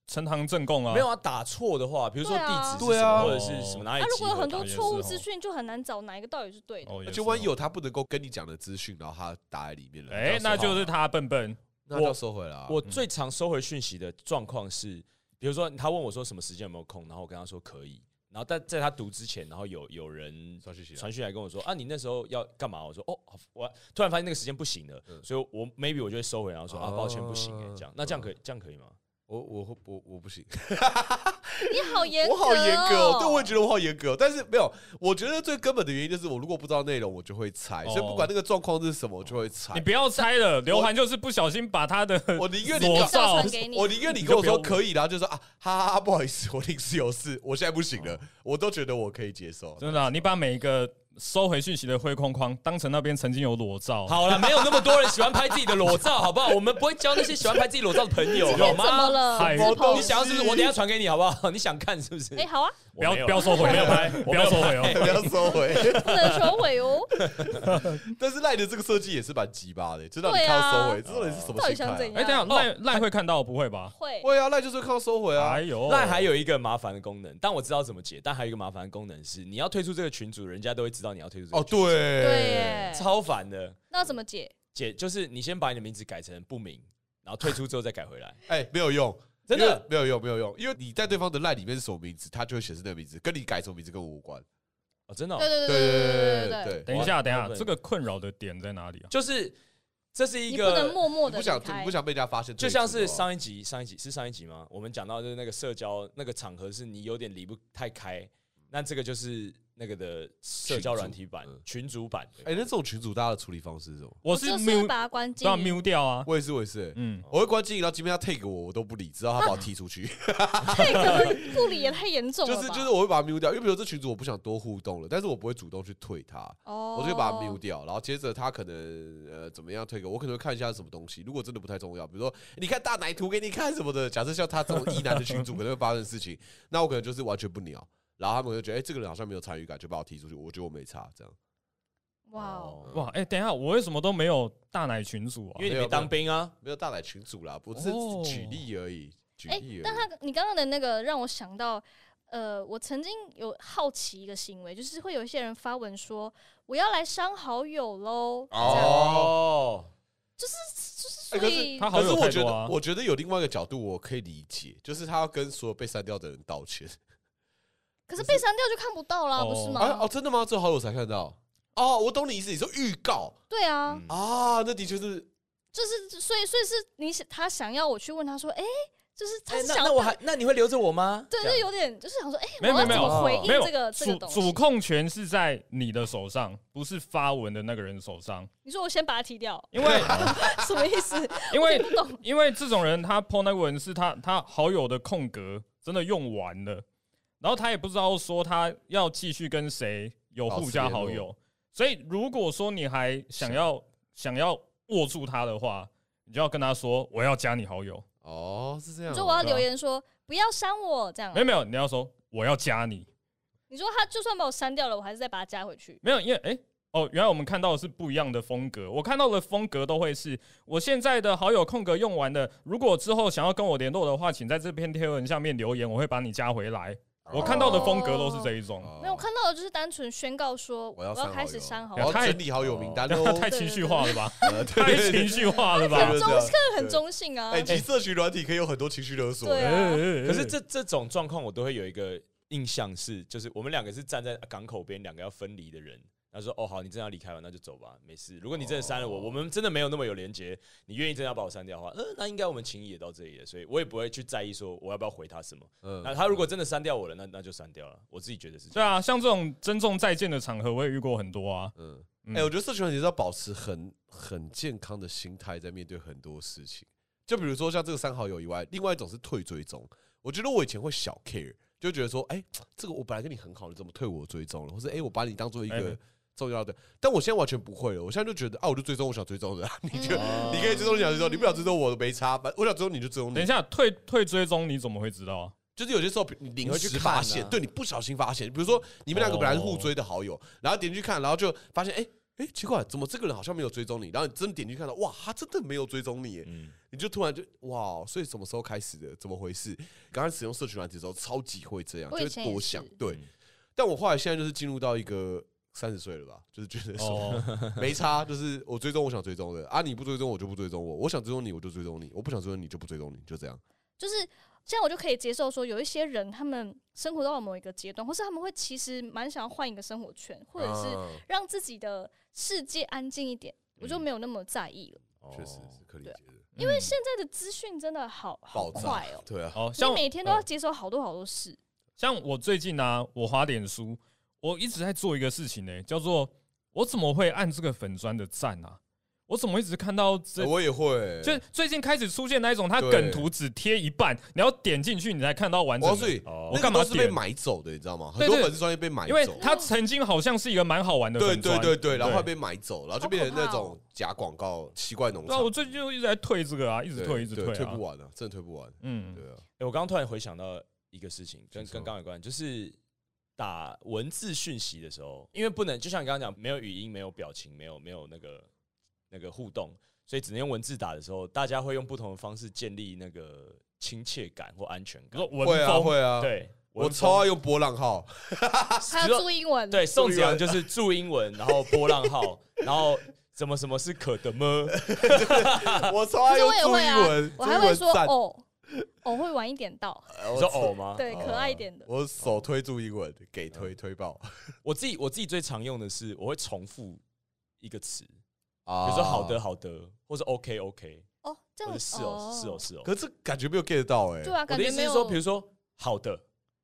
呈堂证供啊。
没有，啊，打错的话，比如说
对啊
地址是
对
什么，
啊
或者是什么哪里
他、
集合。
如果有很多
打也是
错误
哦
资讯，就很难找哪一个到底是对的。
哦，也是
就
哦
万一有他不能够跟你讲的资讯，然后他打在里面了，
哎，那就是他笨笨。
那就要收回来啊。
我最常收回讯息的状况是，比如说他问我说什么时间有没有空，然后我跟他说可以，然后但在他读之前，然后有有人
传讯息来
传讯来跟我说啊，你那时候要干嘛？我说哦，好我突然发现那个时间不行了，所以我 maybe 我就会收回，然后说啊，
哦
抱歉不行哎，这样那这样可以这样可以吗？
我我会我我不行，
你好严格、
我好严格哦，对，我也觉
得。
得我好严格哦，但是没有，我觉得最根本的原因就是我如果不知道内容，我就会猜，所以不管那个状况是什么，我就会猜
你。不要猜了，刘涵就是不小心把他的
我宁愿你
裸
告
照
照
传给你，
我宁愿你跟我说可以，然后就说啊，哈哈哈，不好意思，我临时有事，我现在不行了，我都觉得我可以接受。
真的啊、你把每一个收回讯息的灰框框，当成那边曾经有裸照。
好了，没有那么多人喜欢拍自己的裸照，好不好？我们不会教那些喜欢拍自己裸照的朋友，
今
好
哎天怎么
吗？
了？
嗨
自
你
捧
想要是不是？我等一下传给你，好不好？你想看是不是？
哎，好啊，
不要
我没有
不要收回，
我没有拍
不要收回哦。
不要收回。
不能收回哦。
但是赖的这个设计也是蛮鸡巴的，知道你
对
看到
啊
收回，知道你是什么
到底
心
想
态
怎
啊？
哎，等一下赖赖会看到不会吧？
会
会啊，赖就是看到收回啊
哎。呦，
那还有一个麻烦的功能，但我知道怎么解。但还有一个麻烦的功能是，你要退出这个群组，人家都会知道你要退出这个
哦，
群
对，
对耶
组，超烦的。
那怎么解？
解就是你先把你的名字改成不明，然后退出之后再改回来，
哎，没有用，
真
因为
的。
没有用，没有用，因为你在对方的赖里面是什么名字，他就会显示那个名字，跟你改什么名字跟我无关。
哦，真的哦、
对对
对
对
对
对对对，
对，
等一下，等一
我
下，
要
这个困扰的点在哪里啊？
就是这是一
你不能
个，
默默
你
的
不想你不想被人家发现
就
退出的话，
像是上一集，上一集是上一集吗？我们讲到就是那个社交那个场合，是你有点离不太开，那这个就是那个的社交软体版
群组嗯、
群组版。
哎，那这种群主大家的处理方式是什么？
我
我
是
就是会
mute，
把它关
对
静
啊。，mute 掉啊。
我也是，我也是，
嗯，
我会关静音，然后即便他 take 我，我都不理，直到他把我踢出去。
这个哎不理也太严重 了
就
吧。
是就是，我会把它 mute 掉，因为比如说这群主我不想多互动了，但是我不会主动去退他。
哦，
我就会把它 mute 掉，然后接着他可能呃怎么样推给我，我可能会看一下是什么东西。如果真的不太重要，比如说你看大奶图给你看什么的，假设像他这种一男的群主可能会发生的事情，那我可能就是完全不鸟，然后他们就觉得哎、这个人好像没有参与感，就把我踢出去，我觉得我没差这样。
哇哦，
哇，哎，等一下，我为什么都没有大奶群主啊
因？为你没当兵啊，
没有大奶群主啦，我只
哦
是举例而已，举
哎
例而已。
但他你刚刚的那个让我想到，呃，我曾经有好奇一个行为，就是会有一些人发文说我要来删好友喽，这样
哦，
就是
哎
所
可是
以
他好
可是
友
我
太
觉
多
得，
啊。
我觉得有另外一个角度我可以理解，就是他要跟所有被删掉的人道歉。
可是被删掉就看不到啦，
哦
不是
哎哦，
吗？
真的吗？这好友才看到。哦，我懂你意思，你说预告
对啊，
嗯
啊，那的确是
就是所以所以是你想他想要我去问他说，哎，就是他
哎
是
那
想
那我还那你会留着我吗？
对，
这样
就有点就是想说，哎，我
没有
要
没
怎
有
么回应
哦没有
这个这个
主
东
主
西？
控权是在你的手上，不是发文的那个人手 上，
你说我先把它踢 掉，
因为
什么意思？
因
我
为
听不懂。
因为这种人他 po 那个文是他他好友的空格真的用完了，然后他也不知道说他要继续跟谁有互加好友，所以如果说你还想要想要握住他的话，你就要跟他说我要加你好友，
哦，是这样
你
哦。
说我要
对啊
留言说不要删我这样啊，
没有没有，你要说我要加你，
你说他就算把我删掉了，我还是再把它加回去。
没有，因为哎、诶哦，原来我们看到的是不一样的风格。我看到的风格都会是我现在的好友空格用完的，如果之后想要跟我联络的话，请在这篇贴文下面留言，我会把你加回来。我看到的风格都是这一种，
哦
没有我看到的就是单纯宣告说
我要删好友
开始删好
我
友
要
对，太
整理好友名单喽
那。太情绪化了吧？
呃 对
太
对
情
对
绪化了吧
对？对
中
对
这个很中性啊
哎，，其实社群软体可以有很多情绪勒索。
对啊
可
嗯
可是这这种状况，我都会有一个印象是，就是我们两个是站在港口边，两个要分离的人。他说：“哦，好，你真的要离开了，那就走吧，没事。如果你真的删了我，
哦
我们真的没有那么有连接，你愿意真的要把我删掉的话，嗯、那应该我们情谊也到这里了，所以我也不会去在意说我要不要回他什么。
啊
嗯
那他如果真的删掉我了，那那就删掉了。我自己觉得是这
对
样。
啊，像这种珍重再见的场合，我也遇过很多啊。
嗯，
嗯
哎，我觉得社群软体是要保持很很健康的心态，在面对很多事情。就比如说像这个删好友以外，另外一种是退追踪。我觉得我以前会小 care，就觉得说，哎，这个我本来跟你很好，你怎么退我追踪了？或者哎，我把你当做一个
哎
重要的，但我现在完全不会了。我现在就觉得啊，我就追踪我想追踪的啊，你就
嗯
你可以追踪你想追踪，你不想追踪我没差，反正我想追踪你就追踪你
哦等一。下退退追踪，你怎么会知道啊？
就是有些时候你
你
临
会去
时
看啊
发现，对你不小心发现，比如说你们两个本来是互追的好友，然后点进去看，然后就发现，哎、哎、奇怪，怎么这个人好像没有追踪你？然后你真的点进去看到，哇，他真的没有追踪你耶，
嗯，
你就突然就哇，所以什么时候开始的？怎么回事？刚开始使用社群软体的时候，超级会这样，就
我
会
以前也
多想
是。
对，但我后来现在就是进入到一个三十岁了吧，就是觉得说、
哦，
没差，就是我追踪我想追踪的啊，你不追踪我就不追踪我，我想追踪你我就追踪你，我不想追踪你就不追踪你，就这样。
就是这样，我就可以接受说有一些人他们生活到了某一个阶段，或是他们会其实蛮想要换一个生活圈，或者是
啊嗯
让自己的世界安静一点，我就没有那么在意了。
确、实是可理
对
解
啊
的。
因为
现在的资讯真的好好
嗯爆炸
快哦，
对啊，
哦，
你
像
每天都要接收好多好多事。
像我最近呢、啊，我滑点书，我一直在做一个事情呢、叫做我怎么会按这个粉砖的赞啊？我怎么一直看到这？
呃我也会，
就最近开始出现那一种，它
对
梗图只贴一半，你要点进去你才看到完整
我
的。
所以
哦
我
那
干
个
嘛
都是被
点？
买走的，你知道吗？
对
很
对
多粉丝专业被买
因为
走，
它曾经好像是一个蛮好玩的
对
粉
啊对
砖，
对对，然后
对
还被买走，然后就变成那
哦
种假广告、奇怪农
对啊，我
场，
最近就一直在推这个啊，一直
对
推，一直
对
推
推
啊
不。完啊，真的推不完。
嗯，
对啊，
欸我刚刚突然回想到一个事情，跟
请说
跟刚刚有关，就是打文字讯息的时候，因为不能就像你刚刚讲，没有语音，没有表情，没有没有那个那个互动，所以只能用文字打的时候，大家会用不同的方式建立那个亲切感或安全
比
感
如。说
会
文
啊
风，
会啊，
对，
我
文
超
风
爱用波浪号，
还要注英文，
对宋子阳就是注英文，然后波浪号，然后什么什么是可的么？
我超
可
爱
是
用
我也
注
会
意
啊
文，，
我还会说
注意文赞
哦，哦会晚一点到，
你
哦
说
哦
偶吗？
对，可爱一点的。
啊我手推注英文，给推
嗯
推爆
我自己我自己最常用的是，我会重复一个词，比
啊
如说好的。好的，或者 OK OK，
哦，这
或者
样
是哦是哦是哦。
可是这感觉没有 get 到哎、
对啊，
我
感
的意
觉
思
没
是
有。
说，比如说好的，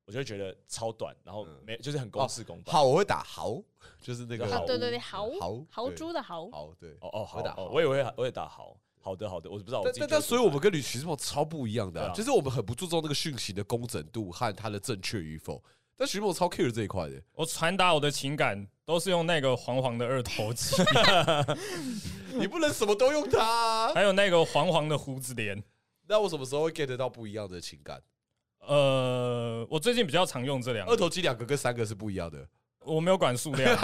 我就会觉得超短，然后
嗯
没就是很公事公办。
好，我会打豪，就是那个
啊
豪，
对对对豪
豪
豪猪，的豪
对，豪对。
哦哦好
我打
哦
好
我也会我也打好好的好的，我不知道哦我
但
自己
但
觉得
但，所以我们跟吕徐志摩超不一样的、
对啊
就是我们很不注重那个讯息的工整度和它的正确与否。但徐志摩超 care 这一块的，
我传达我的情感都是用那个黄黄的二头肌，
你不能什么都用它啊、
还有那个黄黄的胡子脸。
那我什么时候会 get 到不一样的情感？
呃，我最近比较常用这两
二
个，
头肌两个跟三个是不一样的，
我没有管数 量，数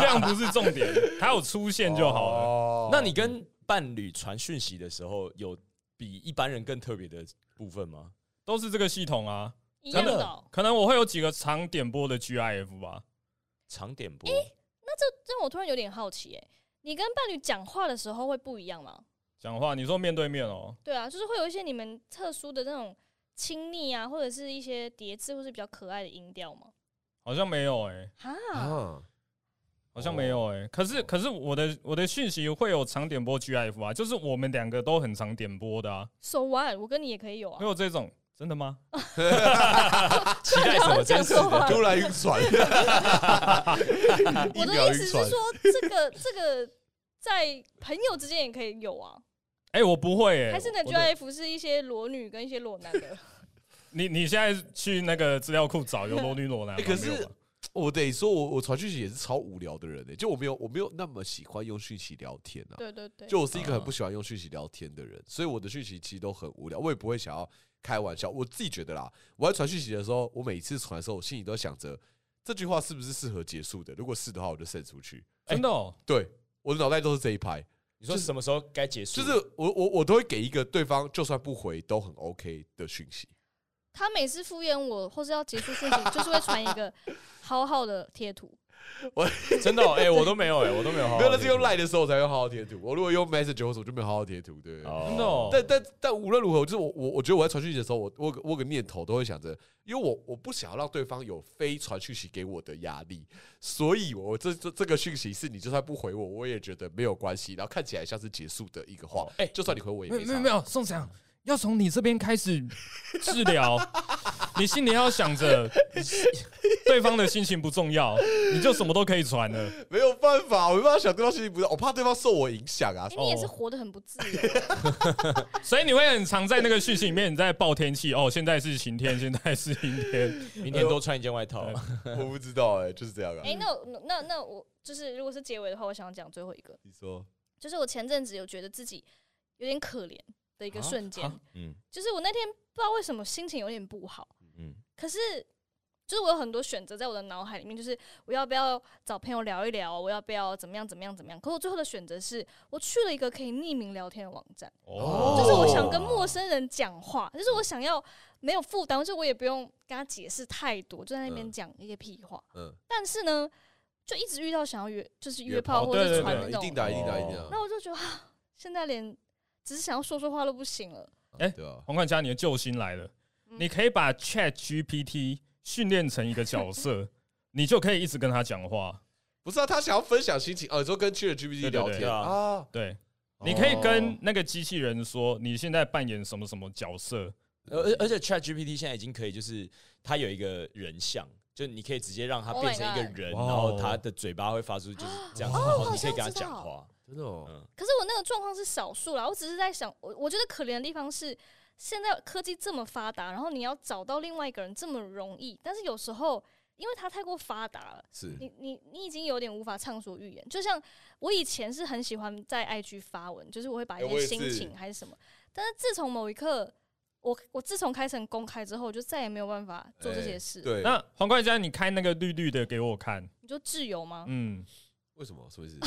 量不是重点，它有出现就好了。
了
哦那你跟伴侣传讯息的时候，有比一般人更特别的部分吗？
都是这个系统啊，
一样
真
的
的
哦。
可能我会有几个常点播的 GIF 吧。
长点播，
但我突然有点好奇，哎，你跟伴侣讲话的时候会不一样吗？
讲话，你说面对面哦，
对啊，就是会有一些你们特殊的那种亲昵啊，或者是一些叠字，或是比较可爱的音调吗？
好像没有哎、
啊，
啊，
好像没有哎、
哦
可是可是我的我的讯息会有常点播 GIF 啊，就是我们两个都很常点播的啊，
手腕，我跟你也可以有
会
啊。
有这种。真的吗？
期待什么？真是
讲错
的
话，
突然晕船， 一
我的
秒
意
晕
思是
船
说，这个这个在朋友之间也可以有啊，
哎、我不会哎、
还是那
我我
GIF 是一些裸女跟一些裸男 的？
你你现在去那个资料库找有裸女裸男吗、
欸可是
没有吧
我得说我，我传讯息也是超无聊的人呢、欸就我没有我没有那么喜欢用讯息聊天啊。
对对对，
就我是一
嗯
个很不喜欢用讯息聊天的人，所以我的讯息其实都很无聊，我也不会想要开玩笑。我自己觉得啦，我在传讯息的时候，我每一次传的时候，我心里都想着这句话是不是适合结束的，如果是的话，我就 send 出去。
真的、哦，
对，我的脑袋都是这一拍，
你说什么时候该结束？
就是我我我都会给一个对方就算不回都很 OK 的讯息。
他每次敷衍我，或是要结束讯息，就是会传一 个好好的贴图。
真的哦，哎，我都没有，
欸
哎，我都没有好好
没
贴
有，
图，
那是用 Line 的时候我才会好好贴图。我如果用 Messenger 或什么就没有好好贴图，对。
哦，
真的哦
但但但无论如何，就是我我我觉得我在传讯息的时候，我我有个我有个念头都会想着，因为我我不想要让对方有非传讯息给我的压力，所以我这这这个讯息是你就算不回我，我也觉得没有关系，然后看起来像是结束的一个话
哦，哎
就算你回我也
没有
没
没
差
有没。有，宋翔要从你这边开始治 疗，你心里要想着对方的心情不重要，你就什么都可以传了。
没有办法，我没办法想对方心情不是，我怕对方受我影响啊
哎、。你也
哦
是活得很不自由。欸
所以你会很常在那个讯息里面，你在报天气哦，现在是晴天，现在是阴天。
明天多穿一件外套。
我不知道哎、就是这样啊
哎、。那我那那我就是，如果是结尾的话，我想讲最后一个，
你说
就是我前阵子有觉得自己有点可怜的一个瞬间，
啊
嗯
就是我那天不知道为什么心情有点不好，
嗯，
可是。就是我有很多选择在我的脑海里面，就是我要不要找朋友聊一聊，我要不要怎么样怎么样怎么样。可我最后的选择是我去了一个可以匿名聊天的网站。
哦，
就是我想跟陌生人讲话，就是我想要没有负担，就是我也不用跟他解释太多，就在那边
嗯
讲一些屁话。
嗯，
但是呢，就一直遇到想要约，就是约
约炮
炮或者
对
是
对
传
对
那
一定
种，
的啊，一定的啊，一定的
哦
啊。
那我就觉得啊，现在连只是想要说说话都不行了。
哎
对啊，
黄冠佳，你的救星来了，
嗯
你可以把 Chat GPT 训练成一个角色，你就可以一直跟他讲话。
不是啊，他想要分享心情哦，你说跟 Chat
对对
GPT
对
聊天
对啊
啊，
对，你可以跟
哦
那个机器人说，你现在扮演什么什么角色？
呃
而 而而且 Chat GPT 现在已经可以，就是它有一个人像，就你可以直接让它
Oh my
变成一个
God
人，
哇哦
哦
然后它的嘴巴会发出就是这样子，然后你可以跟它讲话。
真的哦，
嗯，
可是我那个状况是少数啦，我只是在想，我我觉得可怜的地方是，现在科技这么发达，然后你要找到另外一个人这么容易，但是有时候因为它太过发达了，
是
你你你已经有点无法畅所欲言。就像我以前是很喜欢在 IG 发文，就是我会把
哎
一
我
些
也
心
是
情还是什么，但是自从某一刻。我我自从开成公开之后，我就再也没有办法做这些事。
哎对，
那黄冠佳，你开那个绿绿的给我看，
你说挚友吗？
嗯，
为什么？什么意 思？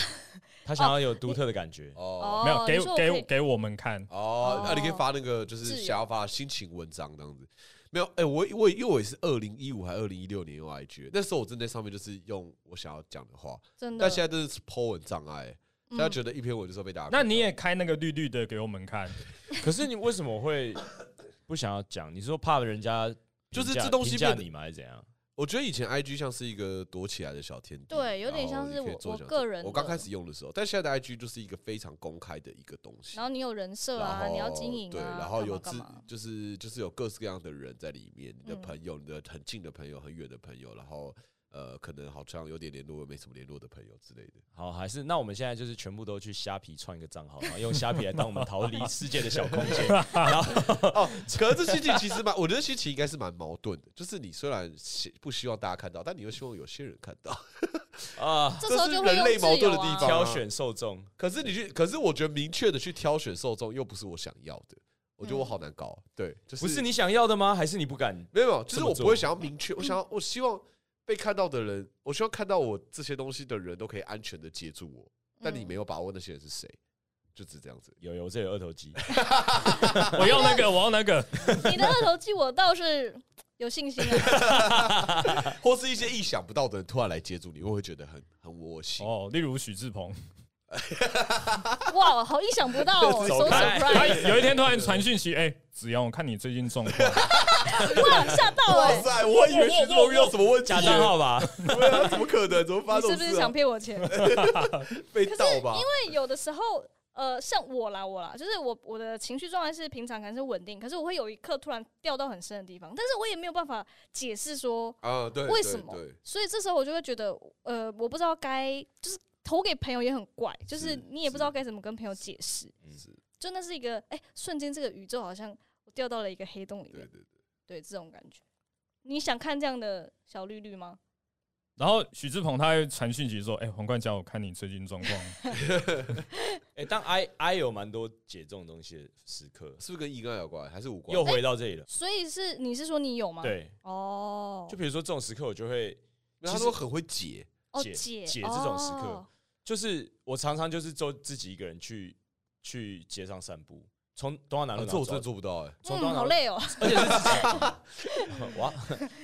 他想要有独特的感觉，
哦
哦，
没有给
你说我
给
可以
我给我们看，
哦，那你可以
哦
发那个就
自
是
由
想要发心情文章这样子。没有，哎、我我因为我也是二零一五还二零一六年用 IG，的那时候我正在上面就是用我想要讲的话，
真的。
但现在都是 po 文障碍，现在
嗯
觉得一篇文就是要被打。
那你也开那个绿绿的给我们看，
可是你为什么会不想要讲？你是说怕人家评价
就是这东西
评价
变得
你吗？还是怎样？
我觉得以前 IG 像是一个躲起来的小天地，
对有点
然后
像
你
是
可以
我
做
我
讲
个
这
人
我刚
的
开始用的时候，但现在的 IG 就是一个非常公开的一个东西
然。后你有人设
然
啊，
后
你要经营啊，
对，然后
干嘛
有
干
自
嘛
就是就是有各式各样的人在里面，你的
嗯
朋友，你的很近的朋友，很远的朋友，然后呃，可能好像有点联络，又没什么联络的朋友之类的。
好，还是那我们现在就是全部都去虾皮创一个账号，然后用虾皮来当我们逃离世界的小空 间。
哦， 可是这心情其实蛮，我觉得心情应该是蛮矛盾的，就是你虽然希不希望大家看到，但你又希望有些人看 到，
啊，
这时候
这是
就会
人
用
类
自
矛盾
由
的地
啊
方
挑选受众，
可是你去，可是我觉得明确的去挑选受众又不是我想要的，我觉
嗯
得我好难搞。啊对，就是
不是你想要的吗？还是你不敢？
没有没有，就是
这么
我
做
不会想要明确，我想要我希望被看到的人，我希望看到我这些东西的人都可以安全的接住我，但你
嗯
没有把握那些人是谁，就只这样子。
有有，这里有二头肌。
我要那个，我要那个，
你的二头肌我倒是有信心 啊。
或是一些意想不到的人突然来接住你，我会觉得很很窝心。
哦，例如许志鹏，
哇，好意想不到 哦
走
，so
开
哎
surprise！
他有一天突然传讯息，哎，子阳，我看你最近状况，
哇，吓到哎、
塞，我以为徐志摩遇到什么问题
假账号 吧，
对啊怎么可能？怎么发
你
生这
是
种
不是
事啊
想骗 我钱？因
被盗吧？
为有的时候，呃，像我啦，我啦，就是我我的情绪状态是平常可能是稳定，可是我会有一刻突然掉到很深的地方，但是我也没有办法解释说
啊，对，
为
对
什么
对，
所以这时候我就会觉得，呃，我不知道该就是投给朋友也很怪，就是
是
你也不知道该怎么跟朋友解释，
是，
就那是一个哎、瞬间这个宇宙好像我掉到了一个黑洞里
对
面，
对
对这种感觉。你想看这样的小绿绿吗？
然后许志鹏他会传讯息说，哎，黄冠佳，我看你最近状况，
哎、当 I I 有蛮多解这种东西的时刻
对，，是不是跟阴暗有哎关？还是无关？
又回到这里了。
所以是你是说你有吗？，
对，
哦
就，比如说这种时刻，我就会
没有他
其实
说很会解，
哦
解
解
解这种时刻
哦
就是我常常就是就自己一个人去去街上散步，从东华南
啊
路
这
然后
我真的
走，
做不到哎。
从东华
嗯，
南
好
路，
累哦，
而且是自己 哇，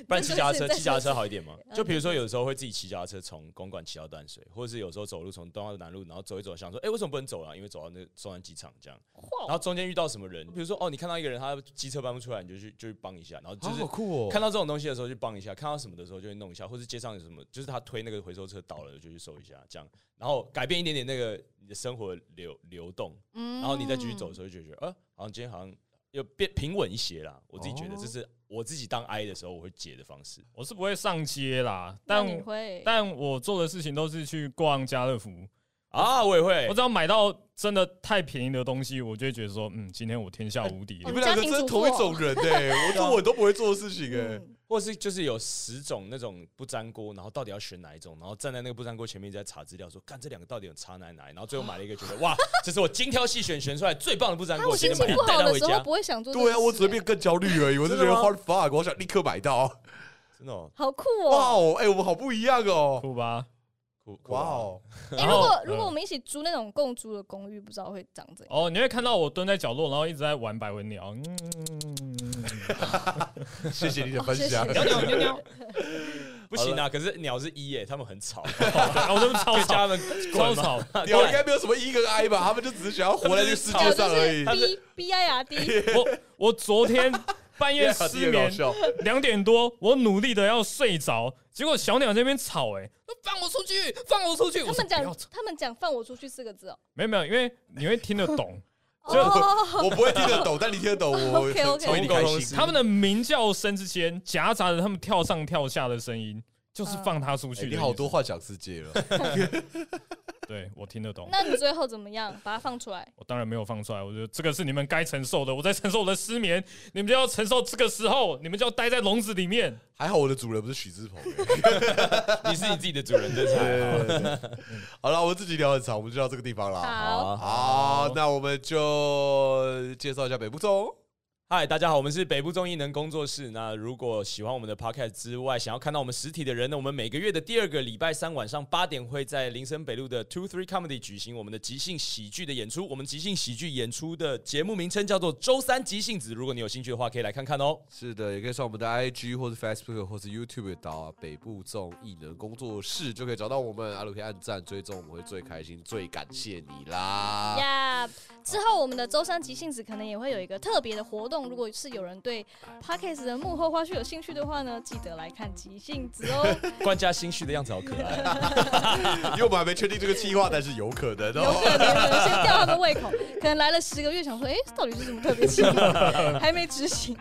不然骑脚踏车，
你再说一次
骑脚踏车好一点嘛
再说一。次
就比如说有时候会自己骑脚踏车从公馆骑到淡水，或者是有时候走路从东华南路，然后走一走，想说哎、为什么不能走啊？因为走到那个松山机场这样，然后中间遇到什么人，比如说哦你看到一个人他机车搬不出来，你就去就去帮一下，然后就是
啊酷
看到这种东西的时候就帮一下，看到什么的时候就会弄一下，或是街上有什么，就是他推那个回收车倒了就去收一下，这样，然后改变一点点那个你的生活流流动，
嗯
然后你再继续走的时候就觉得，呃，好像今天好像又变平稳一些啦。我自己觉得
哦
这是我自己当 I 的时候我会解的方式。
我是不会上街啦，
那
但
你会
但我做的事情都是去逛家乐福，
啊，我也会
我，只要买到真的太便宜的东西，我就会觉得说，嗯，今天我天下无敌
你
了。
们两个
哦家庭
真是
主妇
同一种人哎，
啊
我做我都不会做的事情哎。
嗯
或是就是有十种那种不粘锅，然后到底要选哪一种，然后站在那个不粘锅前面一直在查资料说，干这两个到底有差哪里哪里，然后最后买了一个觉得哇，这是我精挑细选选出来最棒的不粘
他
锅，
我
我决定
心
买
情
一
不
带
好
它
的
回
时候
家
不。会
嗯
想做这个事，
对啊，我只会变更焦虑而已。我就觉
真
得
的吗
hard fuck，我想立刻买到。
真的、哦，
好酷
哇
哦！
哦，哎，我们好不一样哦。
酷啊吧，
酷酷
哇
吧
哦，
哎，
然
如
后
果如果
嗯
我们一起租那种共租的公寓，不知道会长怎样。
哦，你会看到我蹲在角落，然后一直在玩百文鸟。嗯
谢谢你的分享
哦。谢
鸟
谢
鸟鸟鸟，不行啊！可是鸟是一耶，他们很 吵，
啊我真的超
就叫他
吵，
们
超
滚嘛。
吵。
鸟应该没有什么 E 跟 I 吧？他们就只是想要活在这个世界上而已。
就是 B B I R D，
我我昨天半夜失
搞
眠
笑，
两点多，我努力的要睡着，结果小鸟这边吵、哎，放我出去，放我出去。
他
我说
们
不要
讲
吵
他们讲放我出去四个字哦。
没有没有，因为你会听得懂就
哦，
我不会听得懂，但你听得 懂， 我
OK，OK
超为你
同一个
开
公
心
司。
他们的鸣叫声之间夹杂着他们跳
啊
上跳下的声音，就是放它出
哎
去、
你好多，幻想世界了，
对我听得懂。
那你最后怎么样？把它放出来？
我当然没有放出来，我觉得这个是你们该承受的。我在承受我的失眠，你们就要承受这个时候，你们就要待在笼子里面。
还好我的主人不是许志鹏、欸。
你是你 自己的主人，这才好。
好了，我们自己聊很长，我们就到这个地方了。
好，
啊
好，那我们就介绍一下北部粽。
嗨，大家好，我们是北部综艺能工作室。那如果喜欢我们的 podcast 之外，想要看到我们实体的人呢，我们每个月的第二个礼拜三晚上八点会在林森北路的 Two Three Comedy 举行我们的即兴喜剧的演出。我们即兴喜剧演出的节目名称叫做《周三即兴子》，如果你有兴趣的话，可以来看看哦。
是的，也可以上我们的 IG 或是 Facebook 或是 YouTube 到北部粽艺能工作室，就可以找到我们。阿鲁可以按赞追踪，我们会最开心、最感谢你啦。
呀、之后我们的周三即兴子可能也会有一个特别的活动，如果是有人对 podcast 的幕后花絮有兴趣的话呢，记得来看即兴子哦，
冠家心虚的样子好可爱。
因为我们还没确定这个计划，但是有可能
有
哦。
可能有先吊他们胃口，可能来了十个月，想说，哎、到底是什么特别计划， 还没执行。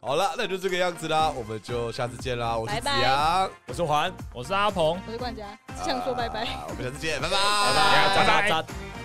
好了，那就这个样子啦，我们就下次见啦。我是
拜
子
拜
阳，啊
我是环，
我是阿鹏。
我是冠家，想说拜拜。
啊我们下次见，拜拜，
大
拜
家
拜拜
渣渣渣